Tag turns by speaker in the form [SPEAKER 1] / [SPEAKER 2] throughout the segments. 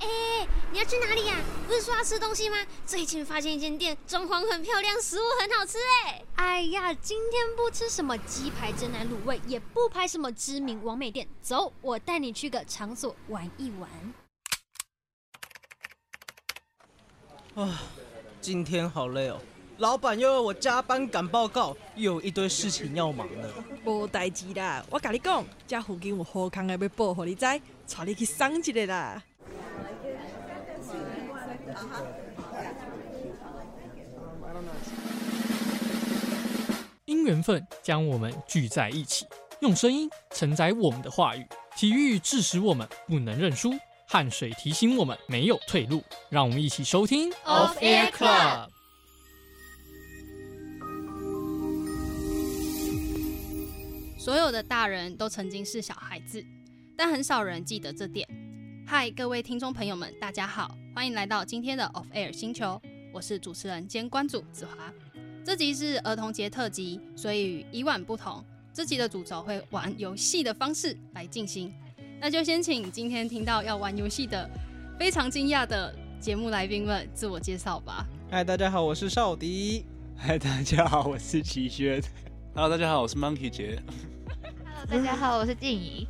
[SPEAKER 1] 哎要去哪里呀、不是说要吃东西吗？最近发现一间店，装潢很漂亮，食物很好吃哎。
[SPEAKER 2] 哎呀，今天不吃什么鸡排、蒸奶卤味，也不拍什么知名完美店，走，我带你去个场所玩一玩。
[SPEAKER 3] 今天好累哦，老板又要我加班赶报告，又有一堆事情要忙呢。
[SPEAKER 4] 无代志啦，我甲你讲，遮附近有好康的要报，互你知，带你去赏一下啦。
[SPEAKER 5] 因缘分将我们聚在一起，用声音承载我们的话语。体育致使我们不能认输，汗水提醒我们没有退路。让我们一起收听
[SPEAKER 1] Off Air Club。
[SPEAKER 6] 所有的大人都曾经是小孩子，但很少人记得这点。嗨，各位听众朋友们，大家好，欢迎来到今天的 Off Air 星球，我是主持人兼关主子华。这集是儿童节特辑，所以与以往不同，这集的主轴会玩游戏的方式来进行。那就先请今天听到要玩游戏的非常惊讶的节目来宾们自我介绍吧。
[SPEAKER 3] 嗨，大家好，我是邵迪。
[SPEAKER 7] 嗨，大家好，我是齐轩。Hello，大家好，我是 Monkey 杰。
[SPEAKER 8] 大家好，我是静怡。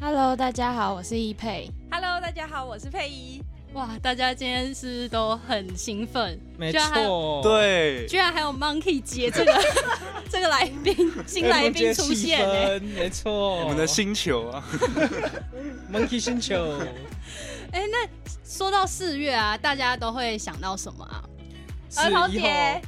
[SPEAKER 9] Hello，大家好，我是易佩。
[SPEAKER 4] Hello，大家好，我是佩仪。
[SPEAKER 6] 哇，大家今天是不是都很兴奋，
[SPEAKER 3] 没
[SPEAKER 6] 居然还有
[SPEAKER 7] 哦
[SPEAKER 3] 错，，
[SPEAKER 7] 对，
[SPEAKER 6] 居然还有 Monkey 姐这个 这个来宾新来宾出现、
[SPEAKER 3] 哎
[SPEAKER 6] 欸，
[SPEAKER 3] 没错，
[SPEAKER 7] 我们的星球啊，
[SPEAKER 3] Monkey 星球。
[SPEAKER 6] 哎、那说到四月啊，大家都会想到什么啊？
[SPEAKER 3] 儿童节、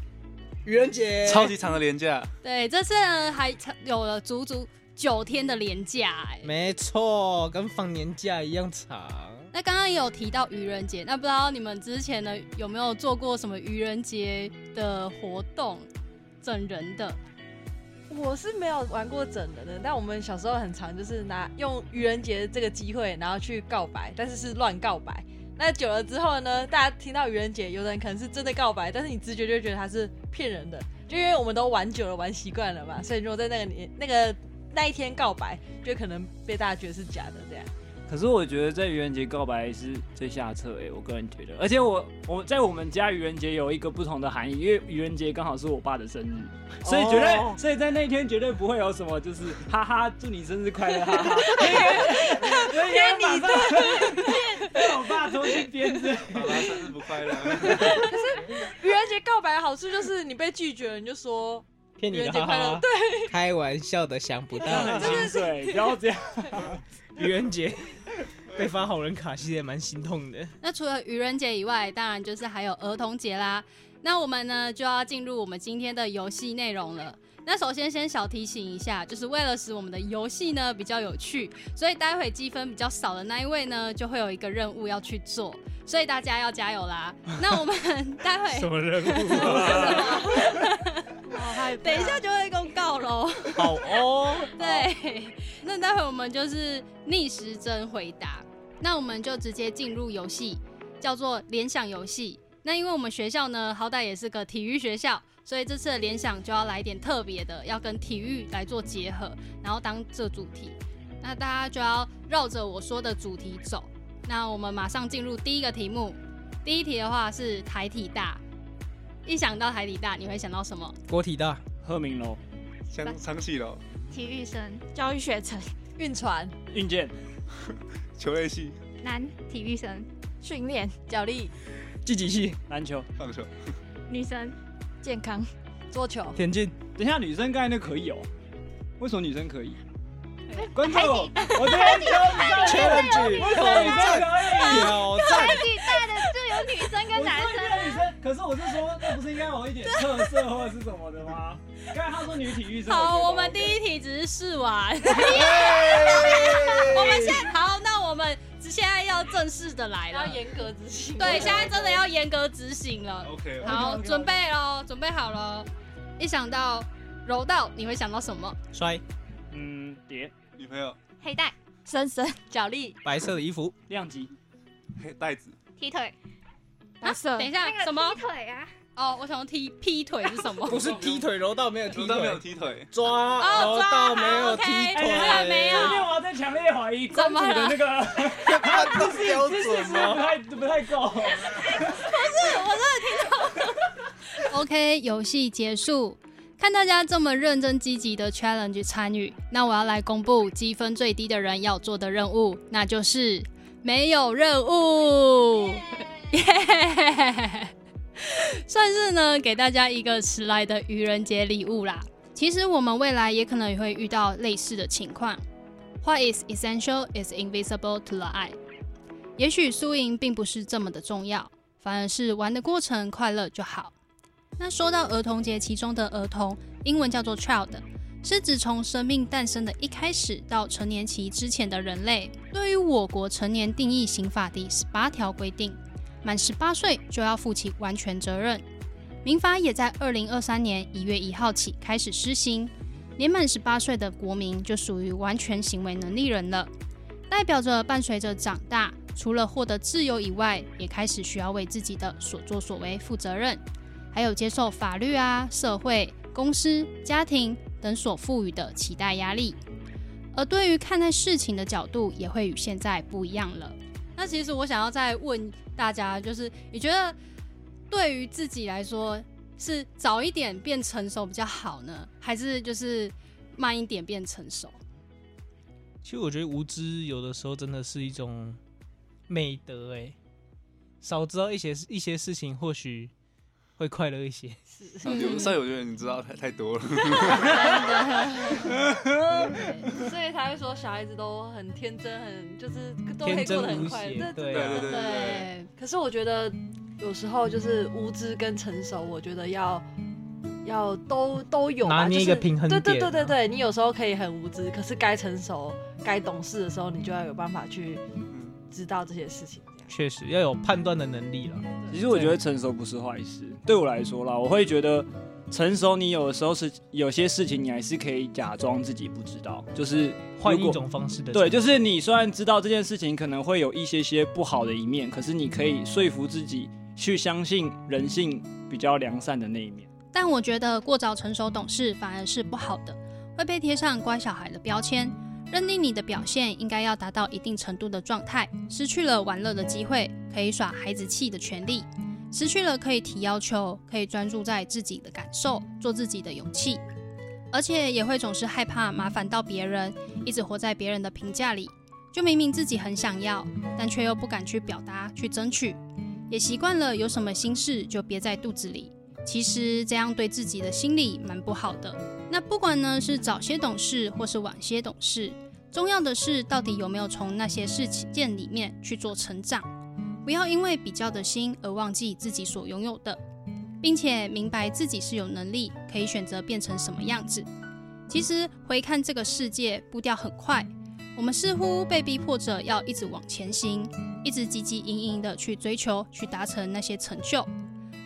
[SPEAKER 3] 愚人节，
[SPEAKER 7] 超级长的廉价，
[SPEAKER 6] 对，这次呢还有了足足九天的连假、哎。
[SPEAKER 3] 没错，跟放年假一样长。
[SPEAKER 6] 那刚刚也有提到愚人节，那不知道你们之前呢有没有做过什么愚人节的活动，整人的？
[SPEAKER 9] 我是没有玩过整人的，但我们小时候很常就是拿用愚人节这个机会，然后去告白，但是是乱告白。那久了之后呢，大家听到愚人节，有的人可能是真的告白，但是你直觉就会觉得他是骗人的，就因为我们都玩久了，玩习惯了嘛，所以如果在那个年那个那一天告白，就可能被大家觉得是假的这样。
[SPEAKER 10] 可是我觉得在愚人节告白是最下策诶、我个人觉得，而且我我在我们家愚人节有一个不同的含义，因为愚人节刚好是我爸的生日，所以绝对，
[SPEAKER 7] 哦
[SPEAKER 10] 所以在那天绝对不会有什么就是哈哈祝你生日快乐，哈哈，因为因为因为把爸被我爸拖进鞭 子，
[SPEAKER 7] 好啦，生日不快乐。
[SPEAKER 9] 愚人节告白的好处就是你被拒绝了，你就说
[SPEAKER 3] 骗
[SPEAKER 9] 愚
[SPEAKER 3] 你
[SPEAKER 9] 人
[SPEAKER 3] 的
[SPEAKER 9] 节
[SPEAKER 3] 哈
[SPEAKER 9] 快乐
[SPEAKER 3] 哈，，开玩笑的，想不到
[SPEAKER 10] 这样很清水，不要这样。
[SPEAKER 3] 愚人节 被发好人卡，其实也蛮心痛的。
[SPEAKER 6] 那除了愚人节以外，当然就是还有儿童节啦。那我们呢就要进入我们今天的游戏内容了。那首先先小提醒一下，就是为了使我们的游戏呢比较有趣，所以待会积分比较少的那一位呢就会有一个任务要去做，所以大家要加油啦。那我们待会
[SPEAKER 10] 么人物、啊？
[SPEAKER 9] 哦
[SPEAKER 6] 等一下就会公告喽。
[SPEAKER 3] 好哦，
[SPEAKER 6] 对，那待会我们就是逆时针回答，那我们就直接进入游戏，叫做联想游戏。那因为我们学校呢，好歹也是个体育学校，所以这次的联想就要来点特别的，要跟体育来做结合，然后当这主题。那大家就要绕着我说的主题走。那我们马上进入第一个题目。第一题的话是台体大，一想到台体大，你会想到什么？
[SPEAKER 3] 国体大，
[SPEAKER 10] 贺明龙、
[SPEAKER 7] 想想起了
[SPEAKER 8] 体育生，
[SPEAKER 9] 教育学程、运船、
[SPEAKER 10] 运健、
[SPEAKER 7] 球类系
[SPEAKER 8] 男体育生，
[SPEAKER 9] 训练、脚力、
[SPEAKER 3] 积极系，
[SPEAKER 10] 篮球。
[SPEAKER 7] 棒球，
[SPEAKER 8] 女生
[SPEAKER 9] 健康、桌球、
[SPEAKER 3] 田径，
[SPEAKER 10] 等一下，女生刚才那可以哦、为什么女生可以？观众，哦我这边
[SPEAKER 3] ，challenge，
[SPEAKER 10] 为什
[SPEAKER 3] 挑
[SPEAKER 10] 么女生
[SPEAKER 3] 战，
[SPEAKER 10] 可以？
[SPEAKER 3] 挑战，
[SPEAKER 8] 最大的就有女生跟男
[SPEAKER 10] 我说应该女
[SPEAKER 8] 生。
[SPEAKER 10] 生， 可是我是说，那不是应该往一点特色或者是什么的吗？刚才他说女体育 生，
[SPEAKER 6] 好，我们第
[SPEAKER 10] 一
[SPEAKER 6] 一题只是 试玩。我们现在好，那我们现在要正式的来
[SPEAKER 9] 要
[SPEAKER 6] 了。
[SPEAKER 9] 严格执行。
[SPEAKER 6] 对，现在真的要严格执行了。
[SPEAKER 7] OK，
[SPEAKER 6] 好，
[SPEAKER 10] OK，OK
[SPEAKER 6] 准备喽，准备好了。一想到柔道，你会想到什么？
[SPEAKER 3] 摔，
[SPEAKER 10] 嗯，叠
[SPEAKER 7] 女朋友
[SPEAKER 8] 黑带、
[SPEAKER 9] 深深脚力
[SPEAKER 3] 白色的衣服，
[SPEAKER 10] 量 级
[SPEAKER 7] 黑袋子，
[SPEAKER 8] 踢腿，
[SPEAKER 9] 白色
[SPEAKER 6] 等一下，什么
[SPEAKER 8] 踢？腿啊？
[SPEAKER 6] 哦，我想要踢劈腿是什么？
[SPEAKER 3] 不是踢腿，柔道没有踢
[SPEAKER 7] 我都没有
[SPEAKER 3] 腿，
[SPEAKER 7] 踢腿，
[SPEAKER 3] 抓柔
[SPEAKER 6] 哦抓
[SPEAKER 3] 道没有
[SPEAKER 6] 好
[SPEAKER 3] 踢
[SPEAKER 6] ，OK，
[SPEAKER 3] 腿，
[SPEAKER 6] 啊这个没有
[SPEAKER 10] 这边我要再啊强烈怀疑公主的那 个
[SPEAKER 11] 判定标准
[SPEAKER 10] 吗？不太不太够。
[SPEAKER 6] OK，游戏结束。看大家这么认真积极的 challenge 参与，那我要来公布积分最低的人要做的任务，那就是没有任务，耶、 算是呢给大家一个迟来的愚人节礼物啦。其实我们未来也可能也会遇到类似的情况。What is essential is invisible to the eye。也许输赢并不是这么的重要，反而是玩的过程快乐就好。那说到儿童节，其中的儿童英文叫做 child，是指从生命诞生的一开始到成年期之前的人类。对于我国成年定义刑法第十八条规定，满十八岁就要负起完全责任。民法也在二零二三年一月一号起开始施行，年满十八岁的国民就属于完全行为能力人了，代表着伴随着长大，除了获得自由以外，也开始需要为自己的所作所为负责任。还有接受法律啊、社会、公司、家庭等所赋予的期待压力，而对于看待事情的角度也会与现在不一样了。那其实我想要再问大家，就是你觉得对于自己来说，是早一点变成熟比较好呢，还是就是慢一点变成熟？
[SPEAKER 3] 其实我觉得无知有的时候真的是一种美德哎、少知道一些一些事情，或许会快乐一些。
[SPEAKER 11] 所以我觉得你知道太太多了。
[SPEAKER 9] 所以才会说小孩子都很天真，很就是都可以
[SPEAKER 3] 天真
[SPEAKER 9] 过得很
[SPEAKER 3] 无
[SPEAKER 9] 快
[SPEAKER 3] 邪
[SPEAKER 9] 乐。，
[SPEAKER 3] 对啊，
[SPEAKER 11] 对
[SPEAKER 9] 对。可是我觉得有时候就是无知跟成熟，我觉得要要都都有吧，
[SPEAKER 3] 拿捏
[SPEAKER 9] 就是
[SPEAKER 3] 一个平衡
[SPEAKER 9] 对对
[SPEAKER 3] 点
[SPEAKER 9] 对
[SPEAKER 3] 啊
[SPEAKER 9] 对对，你有时候可以很无知，可是该成熟、该懂事的时候，你就要有办法去
[SPEAKER 7] 嗯
[SPEAKER 9] 知道这些事情。
[SPEAKER 3] 确实要有判断的能力了。
[SPEAKER 10] 其实我觉得成熟不是坏事，对我来说啦，我会觉得成熟，你有的时候是有些事情你还是可以假装自己不知道，就是
[SPEAKER 3] 换
[SPEAKER 10] 如果
[SPEAKER 3] 一种方式的
[SPEAKER 10] 对，就是你虽然知道这件事情可能会有一些些不好的一面，可是你可以说服自己去相信人性比较良善的那一面。
[SPEAKER 6] 但我觉得过早成熟懂事反而是不好的，会被贴上乖小孩的标签，认定你的表现应该要达到一定程度的状态，失去了玩乐的机会，可以耍孩子气的权利，失去了可以提要求，可以专注在自己的感受，做自己的勇气，而且也会总是害怕麻烦到别人，一直活在别人的评价里，就明明自己很想要，但却又不敢去表达去争取，也习惯了有什么心事就憋在肚子里。其实这样对自己的心理蛮不好的。那不管呢是早些懂事，或是晚些懂事，重要的是到底有没有从那些事件里面去做成长。不要因为比较的心而忘记自己所拥有的，并且明白自己是有能力可以选择变成什么样子。其实回看这个世界，步调很快，我们似乎被逼迫着要一直往前行，一直汲汲营营的去追求，去达成那些成就。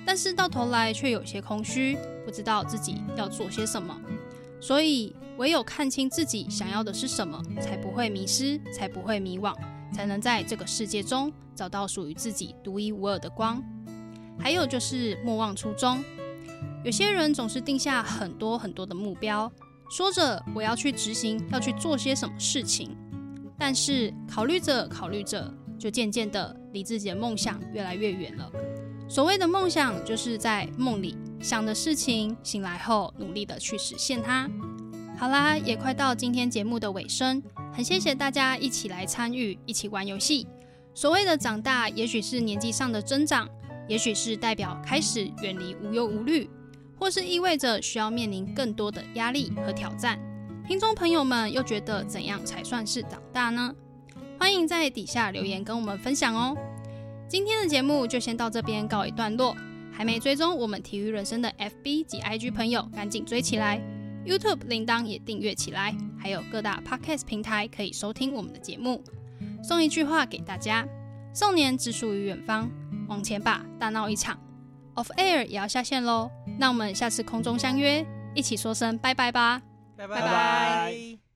[SPEAKER 6] 但是到头来却有些空虚，不知道自己要做些什么。所以唯有看清自己想要的是什么，才不会迷失，才不会迷惘，才能在这个世界中找到属于自己独一无二的光。还有就是莫忘初衷，有些人总是定下很多很多的目标，说着我要去执行，要去做些什么事情，但是考虑着考虑着，就渐渐的离自己的梦想越来越远了。所谓的梦想，就是在梦里想的事情，醒来后努力的去实现它。好啦，也快到今天节目的尾声，很谢谢大家一起来参与，一起玩游戏。所谓的长大，也许是年纪上的增长，也许是代表开始远离无忧无虑，或是意味着需要面临更多的压力和挑战。听众朋友们又觉得怎样才算是长大呢？欢迎在底下留言跟我们分享哦。今天的节目就先到这边告一段落。还没追踪我们体育人生的 FB 及 IG 朋友，赶紧追起来！YouTube 铃铛也订阅起来，还有各大 Podcast 平台可以收听我们的节目。送一句话给大家：少年只属于远方，往前吧，大闹一场。Off Air 也要下线喽，那我们下次空中相约，一起说声拜拜吧！
[SPEAKER 3] 拜
[SPEAKER 6] 拜拜。